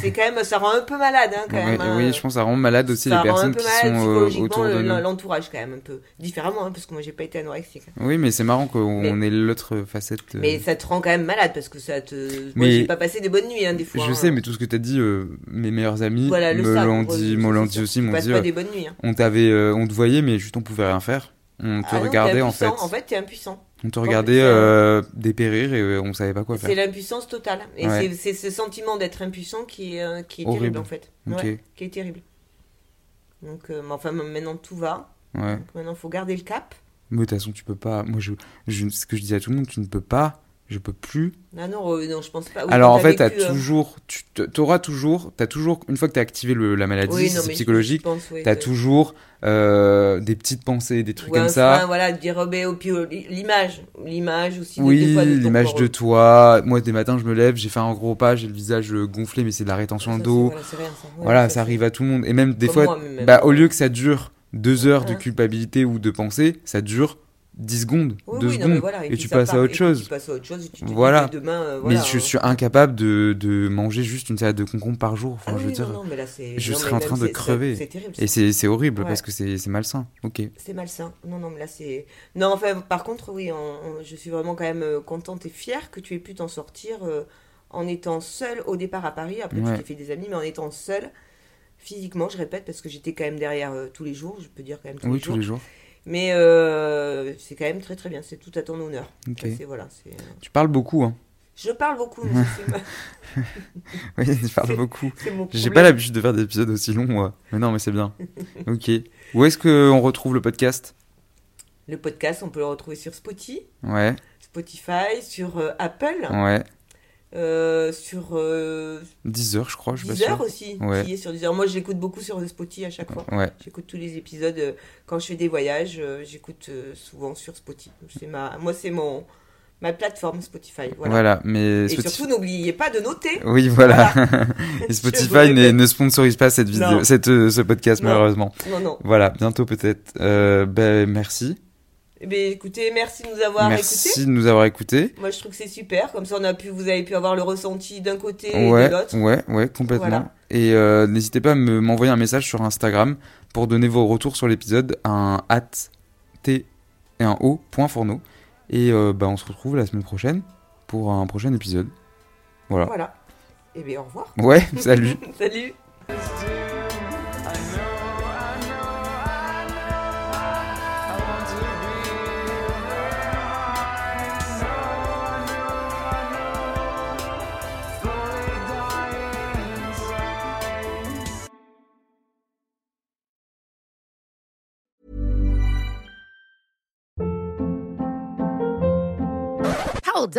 Speaker 3: C'est quand même, ça rend un peu malade, hein, quand
Speaker 2: Ouais,
Speaker 3: même. hein.
Speaker 2: oui, je pense que ça rend malade aussi
Speaker 3: Ça
Speaker 2: les
Speaker 3: rend un
Speaker 2: personnes
Speaker 3: peu
Speaker 2: qui
Speaker 3: malade
Speaker 2: sont euh, autour
Speaker 3: psychologiquement
Speaker 2: de
Speaker 3: le-
Speaker 2: nous. Euh.
Speaker 3: l'entourage, quand même, un peu. Différemment, hein, parce que moi, j'ai pas été anorexique.
Speaker 2: Oui, mais c'est marrant qu'on
Speaker 3: Mais-
Speaker 2: on ait l'autre facette. euh,
Speaker 3: Mais ça te rend quand même malade, parce que ça te. Moi,
Speaker 2: Mais-
Speaker 3: j'ai pas passé des bonnes nuits, hein, des fois.
Speaker 2: je
Speaker 3: hein.
Speaker 2: sais, mais tout ce que t'as dit, euh, mes meilleurs amis
Speaker 3: Voilà, le
Speaker 2: me
Speaker 3: sabre,
Speaker 2: l'ont
Speaker 3: euh,
Speaker 2: dit,
Speaker 3: ça,
Speaker 2: me
Speaker 3: c'est
Speaker 2: l'ont dit
Speaker 3: sûr.
Speaker 2: aussi,
Speaker 3: Tu
Speaker 2: m'ont
Speaker 3: passes
Speaker 2: dit,
Speaker 3: pas
Speaker 2: euh,
Speaker 3: des bonnes nuits. hein.
Speaker 2: on t'avait, euh, on te voyait, mais juste on pouvait rien faire. On te
Speaker 3: Ah non, t'es
Speaker 2: regardait en fait.
Speaker 3: impuissant. En fait, t'es impuissant.
Speaker 2: On te
Speaker 3: Quand
Speaker 2: regardait
Speaker 3: tu fais,
Speaker 2: euh, dépérir et euh, on savait pas quoi
Speaker 3: C'est
Speaker 2: faire.
Speaker 3: l'impuissance totale. Et
Speaker 2: Ouais.
Speaker 3: c'est- c'est ce sentiment d'être impuissant qui est, euh, qui est
Speaker 2: Horrible.
Speaker 3: terrible, en fait.
Speaker 2: Ok.
Speaker 3: Ouais, qui est terrible. Donc, euh, mais enfin, maintenant, tout va.
Speaker 2: Ouais.
Speaker 3: Donc, maintenant, faut garder le cap.
Speaker 2: Mais de toute façon, tu peux pas. Moi, je, je- ce que je dis à tout le monde, tu ne peux pas. Je peux plus.
Speaker 3: Ah non, euh, non, je pense pas. Oui,
Speaker 2: Alors en
Speaker 3: t'as
Speaker 2: fait, t'as
Speaker 3: vécu, euh,
Speaker 2: toujours, tu auras toujours, t'as toujours une fois que t'as activé le- la maladie,
Speaker 3: oui,
Speaker 2: si
Speaker 3: non,
Speaker 2: c'est
Speaker 3: mais je-
Speaker 2: psychologique.
Speaker 3: je pense, oui,
Speaker 2: T'as
Speaker 3: que-
Speaker 2: toujours euh, des petites pensées, des trucs
Speaker 3: ou un
Speaker 2: comme ça.
Speaker 3: frein, voilà, de dire, oh, mais, oh, puis, oh, l'image. L'image aussi. des- des
Speaker 2: Oui,
Speaker 3: fois, de ton
Speaker 2: l'image
Speaker 3: corps. euh,
Speaker 2: de toi. Moi, des matins, je me lève, j'ai fait un gros pas, j'ai le visage euh, gonflé, mais c'est de la rétention
Speaker 3: Ça,
Speaker 2: de
Speaker 3: c'est-
Speaker 2: d'eau.
Speaker 3: Voilà, c'est rien, ça. Ouais,
Speaker 2: Voilà, ça,
Speaker 3: c'est-
Speaker 2: arrive à tout le monde. Et même des
Speaker 3: Comme
Speaker 2: fois,
Speaker 3: moi, mais même.
Speaker 2: bah, au lieu que ça dure deux heures de
Speaker 3: Hein.
Speaker 2: culpabilité ou de pensée, ça dure 10 secondes,
Speaker 3: Oui,
Speaker 2: deux
Speaker 3: oui, non,
Speaker 2: secondes,
Speaker 3: mais voilà,
Speaker 2: et,
Speaker 3: puis
Speaker 2: tu
Speaker 3: ça
Speaker 2: passes
Speaker 3: part,
Speaker 2: à
Speaker 3: et
Speaker 2: autre
Speaker 3: puis
Speaker 2: chose.
Speaker 3: Tu passes à autre chose. et tu te dis,
Speaker 2: Voilà.
Speaker 3: demain, euh,
Speaker 2: mais
Speaker 3: voilà,
Speaker 2: je
Speaker 3: euh,
Speaker 2: suis incapable de, de manger juste une salade de concombre par jour. Enfin,
Speaker 3: Ah
Speaker 2: je
Speaker 3: oui,
Speaker 2: veux dire,
Speaker 3: non, non, mais là, c'est-
Speaker 2: je
Speaker 3: non,
Speaker 2: serais
Speaker 3: mais
Speaker 2: en
Speaker 3: même
Speaker 2: train de
Speaker 3: c'est- c'est-
Speaker 2: crever.
Speaker 3: C'est terrible.
Speaker 2: et
Speaker 3: ça.
Speaker 2: c'est c'est horrible
Speaker 3: Ouais.
Speaker 2: parce que c'est c'est malsain. Ok.
Speaker 3: C'est malsain. Non, non, mais là, c'est. Non, enfin, par contre, oui, on- on- je suis vraiment quand même euh, contente et fière que tu aies pu t'en sortir euh, en étant seule au départ à Paris. Après,
Speaker 2: Ouais.
Speaker 3: tu t'es fait des amis, mais en étant seule, physiquement, je répète, parce que j'étais quand même derrière euh, tous les jours, je peux dire quand même tous
Speaker 2: Oui,
Speaker 3: les jours.
Speaker 2: tous les jours.
Speaker 3: Mais euh, c'est quand même très, très bien. C'est tout à ton honneur.
Speaker 2: Ok.
Speaker 3: Ça, c'est- voilà, c'est, euh,
Speaker 2: Tu parles beaucoup. Hein.
Speaker 3: Je parle beaucoup, mais c'est ma-
Speaker 2: Oui, tu parles
Speaker 3: C'est-
Speaker 2: beaucoup.
Speaker 3: c'est mon
Speaker 2: J'ai
Speaker 3: problème.
Speaker 2: pas l'habitude de faire des épisodes aussi longs, moi. Mais non, mais c'est bien. Ok. Où est-ce qu'on retrouve le podcast
Speaker 3: Le podcast, on peut le retrouver sur Spotify,
Speaker 2: Ouais,
Speaker 3: Spotify sur euh, Apple.
Speaker 2: ouais.
Speaker 3: Euh, sur euh,
Speaker 2: 10 heures, je crois, Oh, je suis pas
Speaker 3: Deezer
Speaker 2: sûr.
Speaker 3: aussi,
Speaker 2: Ouais.
Speaker 3: qui est sur Deezer. Moi, j'écoute beaucoup sur Spotify à chaque fois.
Speaker 2: Ouais,
Speaker 3: J'écoute tous les épisodes euh, quand je fais des voyages. euh, J'écoute euh, souvent sur Spotify. C'est ma, moi, c'est mon ma plateforme Spotify.
Speaker 2: voilà.
Speaker 3: Voilà.
Speaker 2: mais
Speaker 3: Et surtout, n'oubliez pas de noter.
Speaker 2: Oui, voilà. Et
Speaker 3: Je
Speaker 2: Spotify
Speaker 3: vous
Speaker 2: n'est-
Speaker 3: répète.
Speaker 2: ne sponsorise pas cette vidéo,
Speaker 3: Non.
Speaker 2: cette, euh, ce podcast,
Speaker 3: Non.
Speaker 2: malheureusement.
Speaker 3: Non, non.
Speaker 2: Voilà, bientôt peut-être. Euh, ben, merci.
Speaker 3: Eh bien, écoutez, merci de nous avoir
Speaker 2: merci
Speaker 3: écoutés.
Speaker 2: de nous avoir écoutés.
Speaker 3: Moi, je trouve que c'est super. Comme ça, on a pu, vous avez pu avoir le ressenti d'un côté et
Speaker 2: Ouais,
Speaker 3: de l'autre.
Speaker 2: ouais, ouais, complètement.
Speaker 3: Voilà.
Speaker 2: Et euh, n'hésitez pas à me- m'envoyer un message sur Instagram pour donner vos retours sur l'épisode, un at t et un o point fourneau. Et euh, bah, on se retrouve la semaine prochaine pour un prochain épisode. Voilà.
Speaker 3: Voilà. Eh bien, au revoir.
Speaker 2: Ouais, salut.
Speaker 3: Salut.
Speaker 4: Hold